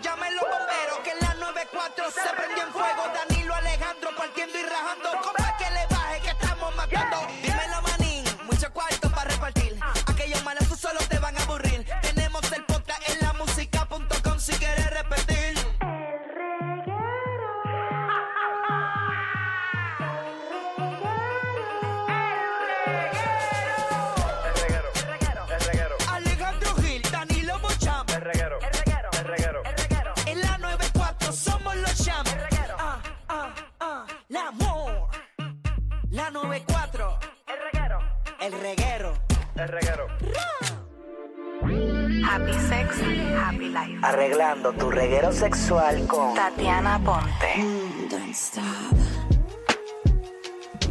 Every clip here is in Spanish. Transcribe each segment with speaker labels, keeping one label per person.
Speaker 1: Llamen los bomberos que en la 94 se prendió en fuego. Danilo Alejandro partiendo y rajando. Compa que le baje que estamos matando. Dime la manín, mucho cuarto para repartir. Aquellos malazos solo te van a aburrir. Tenemos el podcast en la música.com si quieres repetir. Alejandro Gil, Danilo Bocham. En la 94 somos los champs. Ah, ah, ah, la amor. La 94. El reguero.
Speaker 2: Happy Sex, Happy Life.
Speaker 1: Arreglando tu reguero sexual con
Speaker 2: Tatiana Ponte.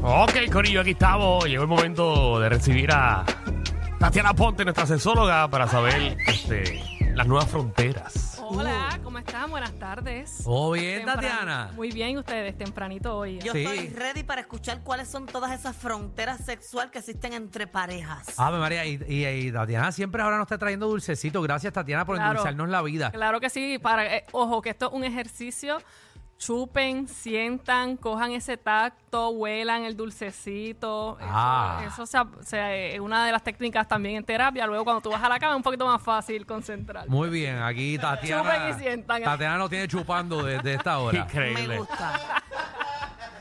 Speaker 3: Ok, Corillo, aquí estamos. Llegó el momento de recibir a Tatiana Ponte, nuestra sexóloga, para saber este, las nuevas fronteras.
Speaker 4: Hola, ¿cómo están? Buenas tardes.
Speaker 5: ¿Todo Uh. Oh, bien,
Speaker 4: Temprano.
Speaker 5: Tatiana?
Speaker 4: Muy bien, ¿y ustedes, tempranito hoy.
Speaker 6: Yo
Speaker 5: Sí.
Speaker 6: estoy ready para escuchar cuáles son todas esas fronteras sexuales que existen entre parejas.
Speaker 5: Ave María, y, y- y Tatiana siempre ahora nos está trayendo dulcecitos. Gracias, Tatiana, por
Speaker 4: Claro.
Speaker 5: endulzarnos la vida.
Speaker 4: Claro que sí, para, eh, ojo, que esto es un ejercicio. Chupen, sientan, cojan ese tacto, huelan el dulcecito. Eso-
Speaker 5: Ah.
Speaker 4: Eso, se- se- es una de las técnicas también en terapia. Luego, cuando tú vas a la cama, es un poquito más fácil concentrar.
Speaker 5: Muy bien, aquí Tatiana.
Speaker 4: Chupen y sientan.
Speaker 5: Tatiana nos tiene chupando desde esta hora.
Speaker 6: Me
Speaker 3: Increíble.
Speaker 6: gusta.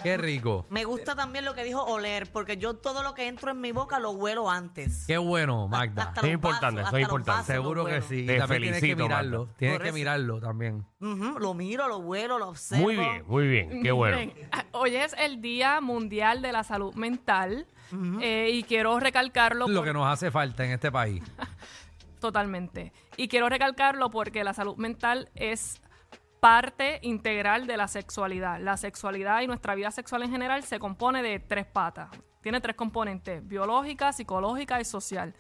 Speaker 5: Qué rico.
Speaker 6: Me gusta también lo que dijo oler, porque yo todo lo que entro en mi boca lo huelo antes.
Speaker 5: Qué bueno, Magda.
Speaker 6: Hasta
Speaker 3: es
Speaker 6: los
Speaker 3: importante,
Speaker 6: vasos,
Speaker 3: eso es
Speaker 6: hasta los
Speaker 3: importante.
Speaker 6: vasos
Speaker 5: Seguro
Speaker 6: lo
Speaker 5: que
Speaker 6: huelo.
Speaker 5: sí. Y
Speaker 3: Te
Speaker 5: también tienes
Speaker 3: felicito,
Speaker 5: que mirarlo.
Speaker 3: Magda.
Speaker 5: Tienes
Speaker 6: Por
Speaker 5: que
Speaker 6: eso.
Speaker 5: mirarlo también.
Speaker 6: Ujú, Lo miro, lo huelo, lo observo.
Speaker 3: Muy bien, muy bien. Qué bueno.
Speaker 4: Miren, Ah, Hoy es el Día Mundial de la Salud Mental eh, y quiero recalcarlo.
Speaker 5: Lo
Speaker 4: porque-
Speaker 5: que nos hace falta en este país.
Speaker 4: Totalmente. Y quiero recalcarlo porque la salud mental es parte integral de la sexualidad. La sexualidad y nuestra vida sexual en general se compone de tres patas. Tiene tres componentes, biológica, psicológica y social.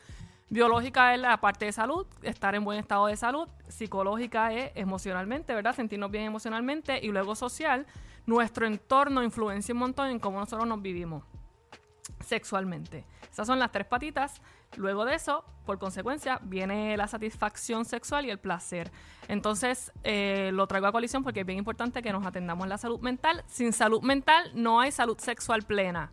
Speaker 4: Biológica es la parte de salud, estar en buen estado de salud. Psicológica es emocionalmente, ¿verdad? Sentirnos bien emocionalmente. Y luego social, nuestro entorno influencia un montón en cómo nosotros nos vivimos sexualmente. Esas son las tres patitas. Luego de eso, por consecuencia, viene la satisfacción sexual y el placer. Entonces, eh, lo traigo a coalición porque es bien importante que nos atendamos en la salud mental. Sin salud mental no hay salud sexual plena.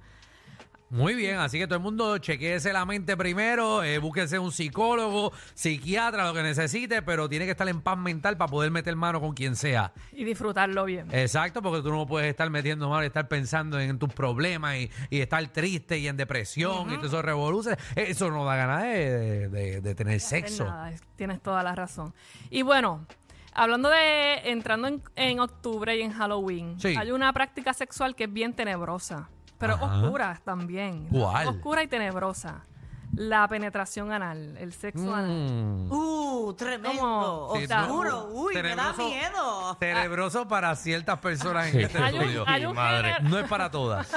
Speaker 5: Muy bien, así que todo el mundo chequeese la mente primero, eh, búsquese un psicólogo, psiquiatra, lo que necesite, pero tiene que estar en paz mental para poder meter mano con quien sea.
Speaker 4: Y disfrutarlo bien.
Speaker 5: Exacto, porque tú no puedes estar metiendo mal, estar pensando en tus problemas y, y estar triste y en depresión y todo eso revoluce. Eso no da ganas de, de- de tener
Speaker 4: hacer
Speaker 5: sexo.
Speaker 4: Pues nada, es- tienes toda la razón. Y bueno, hablando de entrando en, en octubre y en Halloween,
Speaker 5: Sí.
Speaker 4: hay una práctica sexual que es bien tenebrosa, pero
Speaker 5: Ajá.
Speaker 4: oscura también.
Speaker 5: ¿Cuál?
Speaker 4: Oscura y tenebrosa. La penetración anal, el sexo anal.
Speaker 5: Mm.
Speaker 6: Uh, tremendo.
Speaker 4: ¿Cómo?
Speaker 5: Sí,
Speaker 4: sea,
Speaker 5: no.
Speaker 6: Oscuro. Uy, me da
Speaker 5: Tenebroso-
Speaker 6: miedo.
Speaker 5: Tenebroso para ciertas personas en
Speaker 3: Sí.
Speaker 5: este
Speaker 4: Ah, Hay
Speaker 5: estudio.
Speaker 4: un, hay un
Speaker 3: Madre.
Speaker 4: género,
Speaker 5: No es para todas.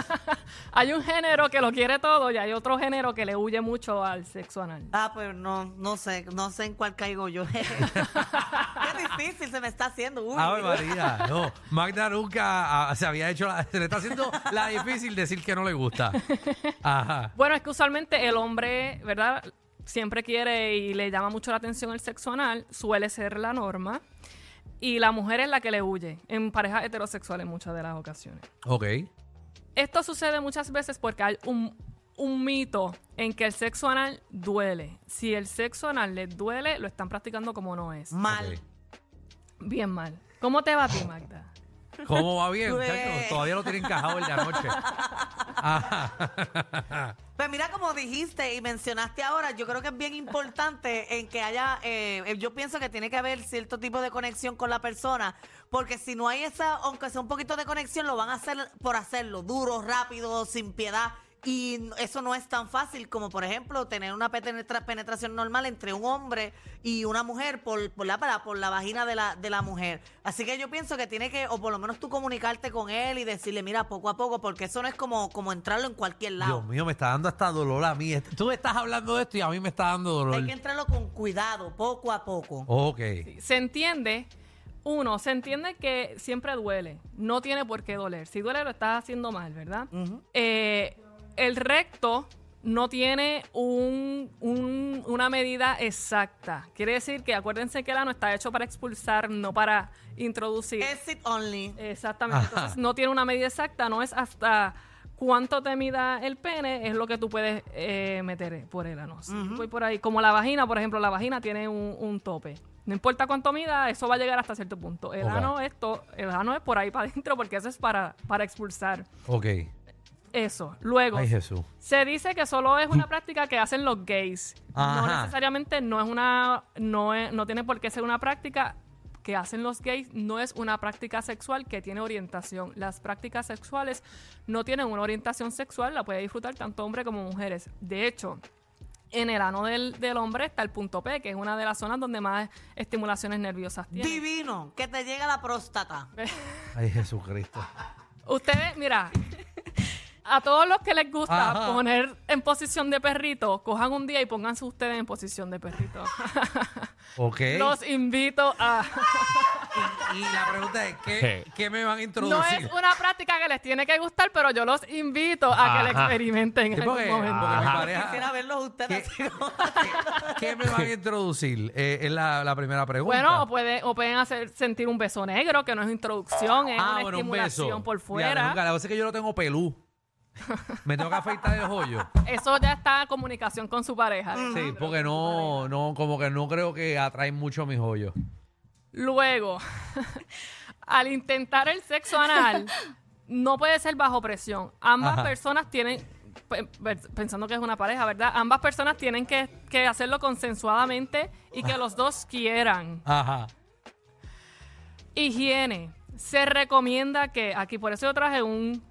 Speaker 4: hay un género que lo quiere todo y hay otro género que le huye mucho al sexo anal.
Speaker 6: Ah, pues no, no sé, no sé en cuál caigo yo. Qué difícil se me está haciendo. Uy,
Speaker 5: Ave Ah, María, no. Magda nunca ah, se había hecho, la- se le está haciendo la difícil decir que no le gusta. Ajá.
Speaker 4: Bueno, es que usualmente el hombre, ¿verdad? Siempre quiere y le llama mucho la atención el sexo anal, suele ser la norma. Y la mujer es la que le huye, en parejas heterosexuales en muchas de las ocasiones.
Speaker 5: Ok.
Speaker 4: Esto sucede muchas veces porque hay un, un mito en que el sexo anal duele. Si el sexo anal les duele, lo están practicando como no es.
Speaker 6: mal.
Speaker 5: Ok.
Speaker 4: Bien mal. ¿Cómo te va a ti, Magda?
Speaker 5: ¿Cómo va bien?
Speaker 6: Pues.
Speaker 5: muchachos? Todavía lo tiene encajado el de anoche. Ajá.
Speaker 6: Pues mira, como dijiste y mencionaste ahora, yo creo que es bien importante en que haya, eh, yo pienso que tiene que haber cierto tipo de conexión con la persona, porque si no hay esa, aunque sea un poquito de conexión, lo van a hacer por hacerlo, duro, rápido, sin piedad. Y n- eso no es tan fácil como, por ejemplo, tener una penetra- penetración normal entre un hombre y una mujer por, por, la, para- por la vagina de la, de la mujer. Así que yo pienso que tiene que, o por lo menos tú comunicarte con él y decirle, mira, poco a poco, porque eso no es como, como entrarlo en cualquier lado.
Speaker 5: Dios mío, me está dando hasta dolor a mí. Este, Tú estás hablando de esto y a mí me está dando dolor.
Speaker 6: Hay que entrarlo con cuidado, poco a poco.
Speaker 5: Ok.
Speaker 4: Se entiende, uno, se entiende que siempre duele. No tiene por qué doler. Si duele, lo estás haciendo mal, ¿verdad? Eh, el recto no tiene un- un- una medida exacta. Quiere decir que acuérdense que el ano está hecho para expulsar, no para introducir.
Speaker 6: Exit only.
Speaker 4: Exactamente.
Speaker 5: Ajá.
Speaker 4: Entonces, no tiene una medida exacta, no es hasta cuánto te mida el pene, es lo que tú puedes eh, meter por el ano. Sí, voy por ahí. Como la vagina, por ejemplo, la vagina tiene un, un tope. No importa cuánto mida, eso va a llegar hasta cierto punto. El
Speaker 5: Ok.
Speaker 4: ano esto, el ano es por ahí para adentro porque eso es para, para expulsar
Speaker 5: Ok.
Speaker 4: eso. Luego,
Speaker 5: Ay, Jesús.
Speaker 4: se dice que solo es una práctica que hacen los gays. No
Speaker 5: Ajá.
Speaker 4: necesariamente no es una, no, es- no tiene por qué ser una práctica que hacen los gays, no es una práctica sexual que tiene orientación. Las prácticas sexuales no tienen una orientación sexual, la puede disfrutar tanto hombre como mujeres. De hecho, en el ano del, del hombre está el punto P, que es una de las zonas donde más estimulaciones nerviosas tiene.
Speaker 6: Divino, que te llega la próstata.
Speaker 5: Ay, Jesucristo.
Speaker 4: Ustedes, mira, a todos los que les gusta
Speaker 5: Ajá.
Speaker 4: poner en posición de perrito, cojan un día y pónganse ustedes en posición de perrito.
Speaker 5: Ok.
Speaker 4: Los invito a...
Speaker 5: Y la pregunta es, ¿qué,
Speaker 3: Sí.
Speaker 5: qué me van a
Speaker 4: No
Speaker 5: introducir?
Speaker 4: es una práctica que les tiene que gustar, pero yo los invito a que la
Speaker 3: Ajá.
Speaker 4: experimenten en
Speaker 5: Sí, porque- ah,
Speaker 4: algún momento.
Speaker 5: porque mi
Speaker 3: Ajá.
Speaker 5: pareja-
Speaker 6: Quisiera verlos ustedes.
Speaker 5: ¿Qué? ¿Qué me van a introducir? Eh, es la, la primera pregunta.
Speaker 4: Bueno, pues, o, puede- o pueden hacer sentir un beso negro, que no es introducción, es
Speaker 5: Ah,
Speaker 4: una estimulación por
Speaker 5: Diablo,
Speaker 4: fuera.
Speaker 5: nunca, la cosa es que yo no tengo pelú. Me tengo que afeitar el hoyo.
Speaker 4: Eso ya está en comunicación con su pareja.
Speaker 5: Sí, porque no, no, como que no creo que atraen mucho mis hoyos.
Speaker 4: Luego, al intentar el sexo anal, no puede ser bajo presión. Ambas
Speaker 5: Ajá.
Speaker 4: personas tienen, pe- pe- pensando que es una pareja, ¿verdad? Ambas personas tienen que, que hacerlo consensuadamente y que los dos quieran.
Speaker 5: Ajá.
Speaker 4: Higiene. Se recomienda que, aquí por eso yo traje un...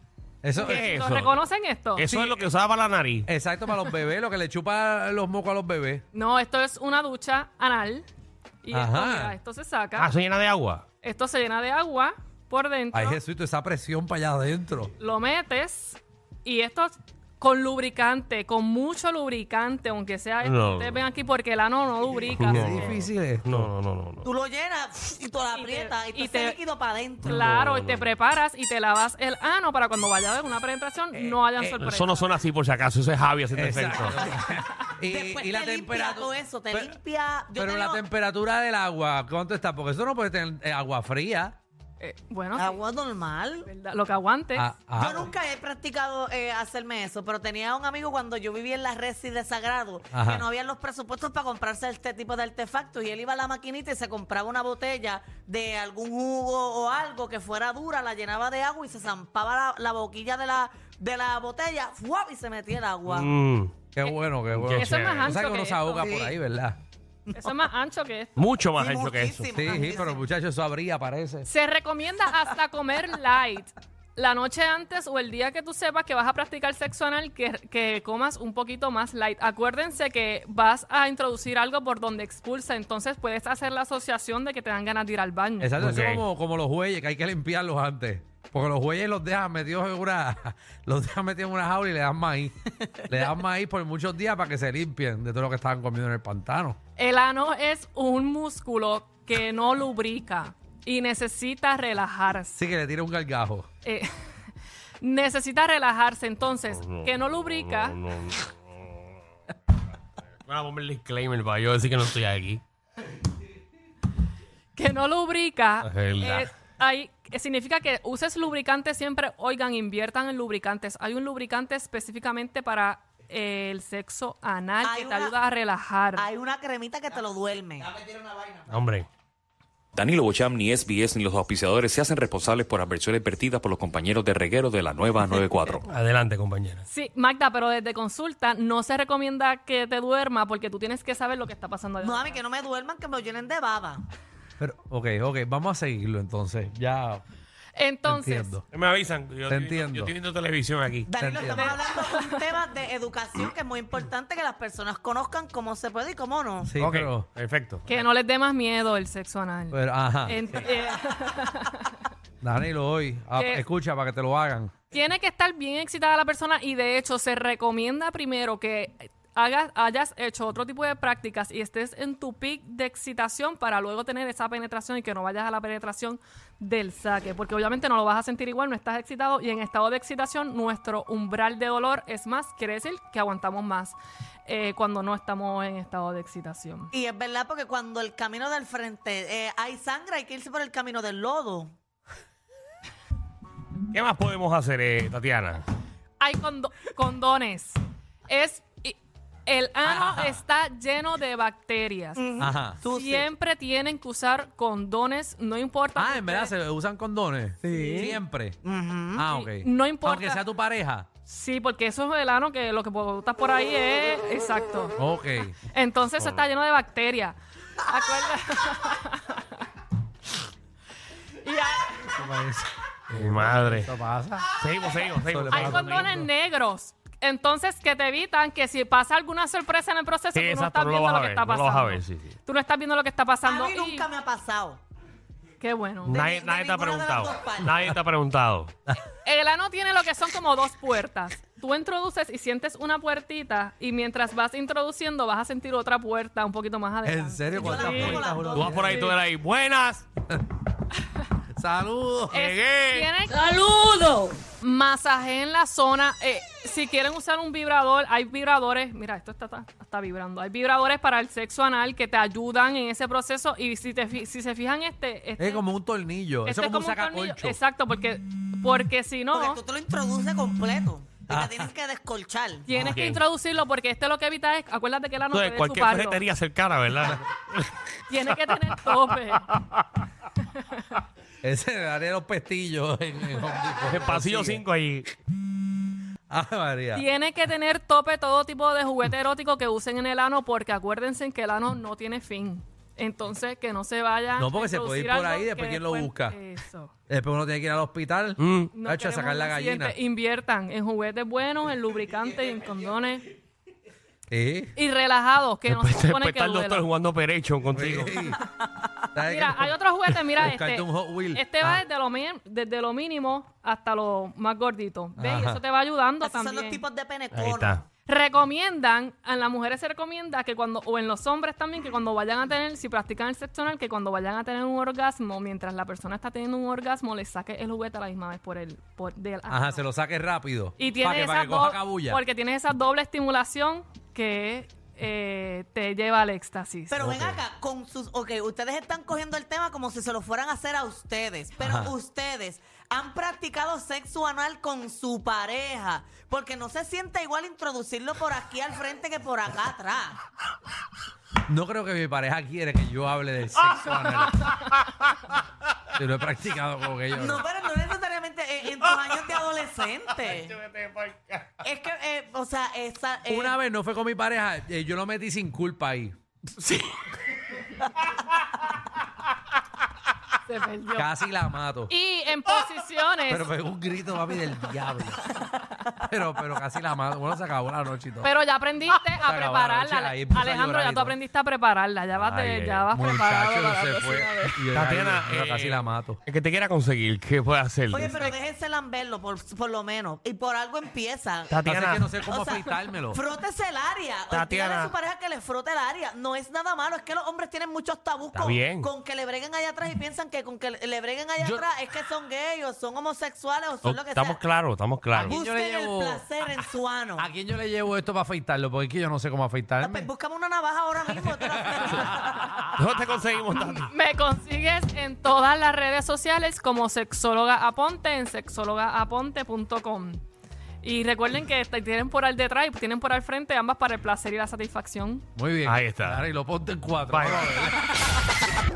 Speaker 5: Eso
Speaker 3: ¿Qué?
Speaker 4: ¿Nos
Speaker 3: Eso.
Speaker 4: reconocen esto?
Speaker 3: Eso es lo que usaba para la nariz.
Speaker 5: Exacto, para los bebés, lo que le chupa los mocos a los bebés.
Speaker 4: No, esto es una ducha anal. Y esto,
Speaker 5: Ajá.
Speaker 4: mira, esto se saca,
Speaker 3: Ah, se llena de agua.
Speaker 4: esto se llena de agua por dentro.
Speaker 5: Ay, Jesús, esa presión para allá adentro.
Speaker 4: lo metes y esto con lubricante, con mucho lubricante, aunque sea esto
Speaker 3: No.
Speaker 4: que ustedes ven aquí porque el ano no lubrica.
Speaker 3: No.
Speaker 5: Qué difícil es.
Speaker 3: No, no, no, no. no.
Speaker 6: Tú lo llenas y tú la aprietas y,
Speaker 4: y
Speaker 6: te,
Speaker 4: te-
Speaker 6: líquido para adentro.
Speaker 4: Claro,
Speaker 3: No,
Speaker 4: y
Speaker 3: no,
Speaker 4: te
Speaker 3: no.
Speaker 4: preparas y te lavas el ano para cuando vaya a haber una penetración
Speaker 5: Eh,
Speaker 4: no hayan sorpresas.
Speaker 3: Eso no suena así por si acaso. Eso es Javi haciendo efecto.
Speaker 5: Exacto. y,
Speaker 6: Después
Speaker 5: y
Speaker 6: te limpia todo eso, te
Speaker 5: Pero-
Speaker 6: limpia. Yo
Speaker 5: Pero
Speaker 6: te
Speaker 5: la
Speaker 6: digo,
Speaker 5: temperatura del agua, ¿cuánto está? Porque eso no puede tener eh, agua fría.
Speaker 4: Eh, bueno, sí,
Speaker 6: agua normal.
Speaker 4: ¿verdad? lo que aguantes.
Speaker 5: Ah, ah.
Speaker 6: Yo nunca he practicado eh, hacerme eso, pero tenía un amigo cuando yo vivía en la Resi de Sagrado,
Speaker 5: Ajá.
Speaker 6: que no había los presupuestos para comprarse este tipo de artefactos y él iba a la maquinita y se compraba una botella de algún jugo o algo que fuera dura, la llenaba de agua y se zampaba la, la boquilla de la, de la botella ¡fua! y se metía el agua.
Speaker 3: Mm.
Speaker 5: Qué bueno, qué bueno.
Speaker 3: Eso
Speaker 4: es más
Speaker 5: Tú sabes
Speaker 4: ancho
Speaker 5: que uno
Speaker 4: que
Speaker 5: se ahoga
Speaker 6: esto.
Speaker 5: por
Speaker 6: Sí.
Speaker 5: ahí, ¿verdad?
Speaker 4: Eso es más ancho que esto.
Speaker 3: Mucho más
Speaker 6: Sí,
Speaker 3: ancho que eso.
Speaker 6: muchísimo.
Speaker 5: Sí, sí, pero muchachos, eso abría, parece.
Speaker 4: Se recomienda hasta comer light. La noche antes o el día que tú sepas que vas a practicar sexo anal, que, que comas un poquito más light. Acuérdense que vas a introducir algo por donde expulsa, entonces puedes hacer la asociación de que te dan ganas de ir al baño.
Speaker 5: Exacto, eso
Speaker 3: Ok.
Speaker 5: es como, como los bueyes, que hay que limpiarlos antes. Porque los bueyes los dejan metidos en una, los dejan metidos en una jaula y le dan maíz. le dan maíz por muchos días para que se limpien de todo lo que estaban comiendo en el pantano.
Speaker 4: El ano es un músculo que no lubrica y necesita relajarse.
Speaker 5: Así que le tira un gargajo.
Speaker 4: Eh, necesita relajarse, entonces, que no lubrica.
Speaker 3: No, no, no. Vamos a poner el disclaimer para yo decir que no estoy aquí.
Speaker 4: que no lubrica,
Speaker 3: Verdad.
Speaker 4: eh, hay- eh, significa que uses lubricante siempre, oigan, inviertan en lubricantes. Hay un lubricante específicamente para eh, el sexo anal
Speaker 6: Hay
Speaker 4: que te
Speaker 6: una-
Speaker 4: ayuda a relajar.
Speaker 6: Hay una cremita que te lo duerme.
Speaker 3: Hombre.
Speaker 7: Danilo Bocham, ni SBS, ni los auspiciadores se hacen responsables por adversiones vertidas por los compañeros de reguero de la nueva 94.
Speaker 3: Adelante, compañera.
Speaker 4: Sí, Magda, pero desde consulta no se recomienda que te duerma porque tú tienes que saber lo que está pasando. allá
Speaker 6: No, a mí
Speaker 4: afuera.
Speaker 6: que no me duerman, que me lo llenen de baba.
Speaker 5: Pero, ok, ok, vamos a seguirlo entonces. Ya
Speaker 4: Entonces,
Speaker 5: entiendo.
Speaker 3: Me avisan. Yo,
Speaker 5: Te
Speaker 3: estoy-
Speaker 5: entiendo.
Speaker 3: Yo estoy viendo televisión aquí.
Speaker 6: Danilo,
Speaker 5: entiendo.
Speaker 6: estamos hablando de un tema de educación que es muy importante que las personas conozcan cómo se puede y cómo no.
Speaker 5: Sí,
Speaker 3: Ok,
Speaker 5: pero,
Speaker 3: perfecto.
Speaker 4: que no les dé más miedo el sexo anal.
Speaker 5: pero, ajá.
Speaker 4: En- eh,
Speaker 5: Danilo, hoy, ah,
Speaker 4: Eh.
Speaker 5: escucha para que te lo hagan.
Speaker 4: tiene que estar bien excitada la persona y de hecho se recomienda primero que hagas, hayas hecho otro tipo de prácticas y estés en tu pic de excitación para luego tener esa penetración y que no vayas a la penetración del saque, porque obviamente no lo vas a sentir igual, no estás excitado y en estado de excitación nuestro umbral de dolor es más, quiere decir que aguantamos más eh, cuando no estamos en estado de excitación.
Speaker 6: Y es verdad porque cuando el camino del frente eh, hay sangre, hay que irse por el camino del lodo.
Speaker 3: ¿Qué más podemos hacer, eh, Tatiana?
Speaker 4: Hay condo- condones. Es y- el ano está lleno de bacterias.
Speaker 5: Ajá.
Speaker 6: Sucio.
Speaker 4: Siempre tienen que usar condones, no importa.
Speaker 5: Ah,
Speaker 4: que
Speaker 5: en verdad
Speaker 4: ustedes-
Speaker 5: se usan condones. Sí. Siempre. Ah, ok.
Speaker 4: No importa.
Speaker 5: Aunque sea tu pareja.
Speaker 4: Sí, porque eso es el ano que lo que botas por ahí es. Exacto.
Speaker 3: Oh.
Speaker 5: Ok.
Speaker 4: Entonces eso está lleno de bacterias. Acuerda- y hay,
Speaker 3: Mi madre.
Speaker 5: ¿Qué pasa?
Speaker 3: Seguimos, seguimos, seguimos.
Speaker 4: hay condones negros. Entonces que te evitan que si pasa alguna sorpresa en el proceso,
Speaker 3: Sí,
Speaker 4: tú no
Speaker 3: exacto,
Speaker 4: estás
Speaker 3: no lo
Speaker 4: viendo
Speaker 3: vas
Speaker 4: lo,
Speaker 3: a
Speaker 4: que
Speaker 3: ver, no
Speaker 4: está
Speaker 3: lo
Speaker 4: pasando.
Speaker 3: vas a ver, sí, sí.
Speaker 4: Tú no estás viendo lo que está pasando.
Speaker 6: A mí
Speaker 4: y-
Speaker 6: nunca me ha pasado.
Speaker 4: Qué bueno.
Speaker 3: Nadie,
Speaker 6: de
Speaker 3: nadie te ha
Speaker 6: ninguna de las
Speaker 3: preguntado.
Speaker 6: dos partes.
Speaker 3: Nadie te ha preguntado.
Speaker 4: El ano tiene lo que son como dos puertas. Tú introduces y sientes una puertita y mientras vas introduciendo vas a sentir otra puerta un poquito más adelante.
Speaker 5: ¿En serio? ¿Cuántas
Speaker 4: Sí.
Speaker 5: puertas uno
Speaker 3: Tú vas por ahí, tú eres ahí. Buenas.
Speaker 5: tiene? Saludos.
Speaker 4: Es-
Speaker 3: Llegué.
Speaker 4: tiene- Masaje en la zona. Eh, si quieren usar un vibrador, hay vibradores. Mira, esto está, está, está vibrando. Hay vibradores para el sexo anal que te ayudan en ese proceso. Y si, te, fi- si se fijan, este. este
Speaker 5: Es como un tornillo. Eso
Speaker 4: este
Speaker 5: es como un
Speaker 4: tornillo.
Speaker 5: sacaconcho.
Speaker 4: Exacto, porque, porque si no.
Speaker 6: Porque tú te lo introduces completo. Y
Speaker 3: Ah.
Speaker 6: te tienes que descolchar.
Speaker 4: Tienes
Speaker 3: Ok.
Speaker 4: que introducirlo porque este lo que evita es, acuérdate que el ano
Speaker 3: Entonces,
Speaker 4: puede
Speaker 3: cualquier
Speaker 4: chuparlo.
Speaker 3: ferretería cercana, ¿verdad?
Speaker 4: Tiene que tener tope.
Speaker 5: Ese le daría los pestillos en, en Home Depot.
Speaker 3: El pasillo
Speaker 5: Consigue.
Speaker 3: 5 allí.
Speaker 5: Ah, María.
Speaker 4: Tiene que tener tope todo tipo de juguete erótico que usen en el ano porque acuérdense que el ano no tiene fin. Entonces que no se vaya
Speaker 5: No, porque se puede ir
Speaker 4: introducir
Speaker 5: por ahí,
Speaker 4: algo que
Speaker 5: después quién lo busca.
Speaker 4: Eso.
Speaker 5: Después uno tiene que ir al hospital.
Speaker 4: No
Speaker 3: Mm.
Speaker 5: ha hecho a
Speaker 4: queremos
Speaker 5: sacar la
Speaker 4: un
Speaker 5: gallina.
Speaker 4: accidente. Inviertan en juguetes buenos, en lubricantes y en condones.
Speaker 5: ¿Eh?
Speaker 4: Y relajados, que no
Speaker 3: Después,
Speaker 4: se supone
Speaker 3: después
Speaker 4: que
Speaker 3: está el
Speaker 4: duela.
Speaker 3: doctor jugando Operation contigo.
Speaker 5: Sí. ¿Sabes
Speaker 4: Mira,
Speaker 5: qué?
Speaker 4: hay otros juguetes, mira
Speaker 5: Buscarte
Speaker 4: este.
Speaker 5: un Hot Wheel.
Speaker 4: Este va
Speaker 5: Ah.
Speaker 4: desde lo, mi- desde lo mínimo hasta lo más gordito. ¿Ves?
Speaker 5: Ajá.
Speaker 4: Eso te va ayudando
Speaker 6: Esos son los
Speaker 4: también.
Speaker 6: tipos de pene
Speaker 3: Ahí
Speaker 6: cono.
Speaker 3: está.
Speaker 4: Recomiendan, en las mujeres se recomienda que cuando, o en los hombres también, que cuando vayan a tener, si practican el sexo anal, que cuando vayan a tener un orgasmo, mientras la persona está teniendo un orgasmo, le saque el juguete a la misma vez por el, por del
Speaker 5: Ajá, se lo saque rápido.
Speaker 4: y
Speaker 5: para
Speaker 4: tiene
Speaker 5: que,
Speaker 4: esa
Speaker 5: para que coja
Speaker 4: do-
Speaker 5: cabulla.
Speaker 4: porque tienes esa doble estimulación que eh, te lleva al éxtasis.
Speaker 6: Pero ven acá, con sus. Ok, ustedes están cogiendo el tema como si se lo fueran a hacer a ustedes. Pero ustedes han practicado sexo anal con su pareja. Porque no se siente igual introducirlo por aquí al frente que por acá atrás.
Speaker 5: No creo que mi pareja quiere que yo hable del sexo anal. Yo lo he practicado con ellos.
Speaker 6: No,
Speaker 4: pues,
Speaker 6: pero no necesariamente eh, en tus años de adolescente. Es que, eh, o sea, esa. eh,
Speaker 5: Una vez no fue con mi pareja, eh, yo lo metí sin culpa ahí.
Speaker 4: Se perdió.
Speaker 5: Casi la mato.
Speaker 4: Y en posiciones.
Speaker 5: Pero fue un grito, papi, del diablo. Pero, pero casi la mato. Bueno, se acabó la noche y todo.
Speaker 4: Pero ya aprendiste a
Speaker 5: la noche,
Speaker 4: prepararla.
Speaker 5: ahí empezó a
Speaker 4: Alejandro,
Speaker 5: llorar y
Speaker 4: ya tú
Speaker 5: todo.
Speaker 4: aprendiste a prepararla. Ya vas, de-
Speaker 3: Ay,
Speaker 4: ya vas preparado
Speaker 5: eh, Muchacho,
Speaker 4: para la
Speaker 5: se fue.
Speaker 4: próxima vez.
Speaker 5: Y yo, ay,
Speaker 3: Tatiana,
Speaker 5: Dios mío,
Speaker 3: eh,
Speaker 5: casi la mato.
Speaker 3: El que te quiera conseguir, ¿qué puede hacer?
Speaker 6: Oye, pero déjense lamberlo, por, por lo menos. Y por algo empieza.
Speaker 5: Así que
Speaker 3: Tatiana,
Speaker 5: no sé cómo
Speaker 6: O sea,
Speaker 5: afeitármelo.
Speaker 6: Frótese el área.
Speaker 3: Tatiana.
Speaker 6: Dígale a su pareja que le frote el área. No es nada malo. Es que los hombres tienen muchos tabús
Speaker 3: Está
Speaker 6: con,
Speaker 3: bien.
Speaker 6: con que le breguen allá atrás y piensan que con que le breguen allá
Speaker 5: Yo-
Speaker 6: atrás es que son gays o son homosexuales o son
Speaker 5: Oh,
Speaker 6: lo
Speaker 3: Oh,
Speaker 6: que
Speaker 3: estamos
Speaker 6: sea.
Speaker 3: claros, estamos claros.
Speaker 5: Aquí- Yo
Speaker 6: Busquen
Speaker 5: le llevo-
Speaker 6: el placer en su ano.
Speaker 5: ¿A quién yo le llevo esto para afeitarlo? Porque es que yo no sé cómo
Speaker 6: Ah, pues,
Speaker 5: afeitarme.
Speaker 6: Búscame una navaja ahora mismo. te la-
Speaker 3: ¿Dónde te conseguimos, Tati?
Speaker 4: Me consigues en todas las redes sociales como Sexóloga Aponte en sexólogaaponte.com. Y recuerden que te- tienen por al detrás y tienen por al frente ambas para el placer y la satisfacción.
Speaker 5: Muy bien.
Speaker 3: Ahí está.
Speaker 5: Ahora, y lo ponte en cuatro.
Speaker 3: Bye.
Speaker 5: Vamos a ver.